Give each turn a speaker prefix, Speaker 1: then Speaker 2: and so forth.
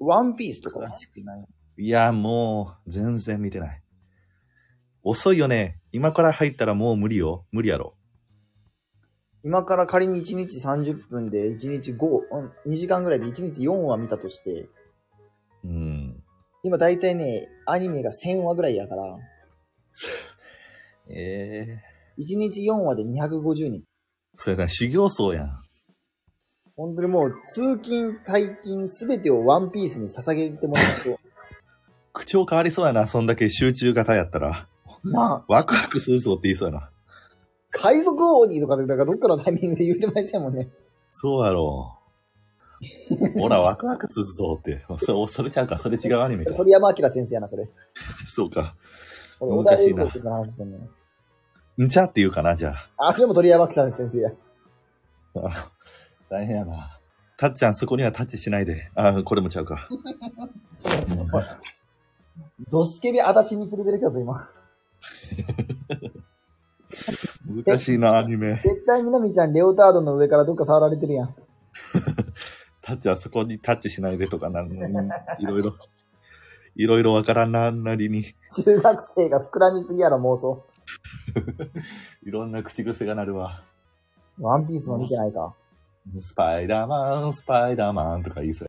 Speaker 1: ワンピースとかは
Speaker 2: 詳しくない。いや、もう、全然見てない。遅いよね。今から入ったらもう無理よ。無理やろ。
Speaker 1: 今から仮に1日30分で、1日5、うん2時間ぐらいで1日4話見たとして、
Speaker 2: うん。
Speaker 1: 今大体ね、アニメが1000話ぐらいやから、
Speaker 2: ええ
Speaker 1: 1日4話で250人。
Speaker 2: それな、修行僧やん。
Speaker 1: 本当にもう、通勤、退勤、すべてをワンピースに捧げてもらう
Speaker 2: 口調変わりそうやな、そんだけ集中型やったら。
Speaker 1: と、 まあ、
Speaker 2: ワクワクするぞって言いそうやな。
Speaker 1: 海賊王にとかで、なんかどっかのタイミングで言うてましたもんね。
Speaker 2: そうやろう。ほら、ワクワクするぞって。それ、それちゃうか、それ違うアニメか。
Speaker 1: 鳥山明先生やな、それ。
Speaker 2: そうか。
Speaker 1: 俺、小田
Speaker 2: 難しい
Speaker 1: 栄
Speaker 2: な
Speaker 1: 子先生の話してんのよ。
Speaker 2: んちゃって言うかな、じゃあ。
Speaker 1: あ、それも鳥山明先生や。
Speaker 2: あ 大変やな。たっちゃん、そこにはタッチしないで。あ、これもちゃうか。うん
Speaker 1: ドスケベ足立みつれてるけど、今。
Speaker 2: 難しいな、アニメ。
Speaker 1: 絶対みなみちゃん、レオタードの上からどっか触られてるやん。
Speaker 2: タッチはそこにタッチしないでとかな、うんいろいろ。いろいろわからんな、あんなりに。
Speaker 1: 中学生が膨らみすぎやろ、妄想。
Speaker 2: いろんな口癖がなるわ。
Speaker 1: ワンピースも見てないか。
Speaker 2: スパイダーマン、スパイダーマンとか言いそうや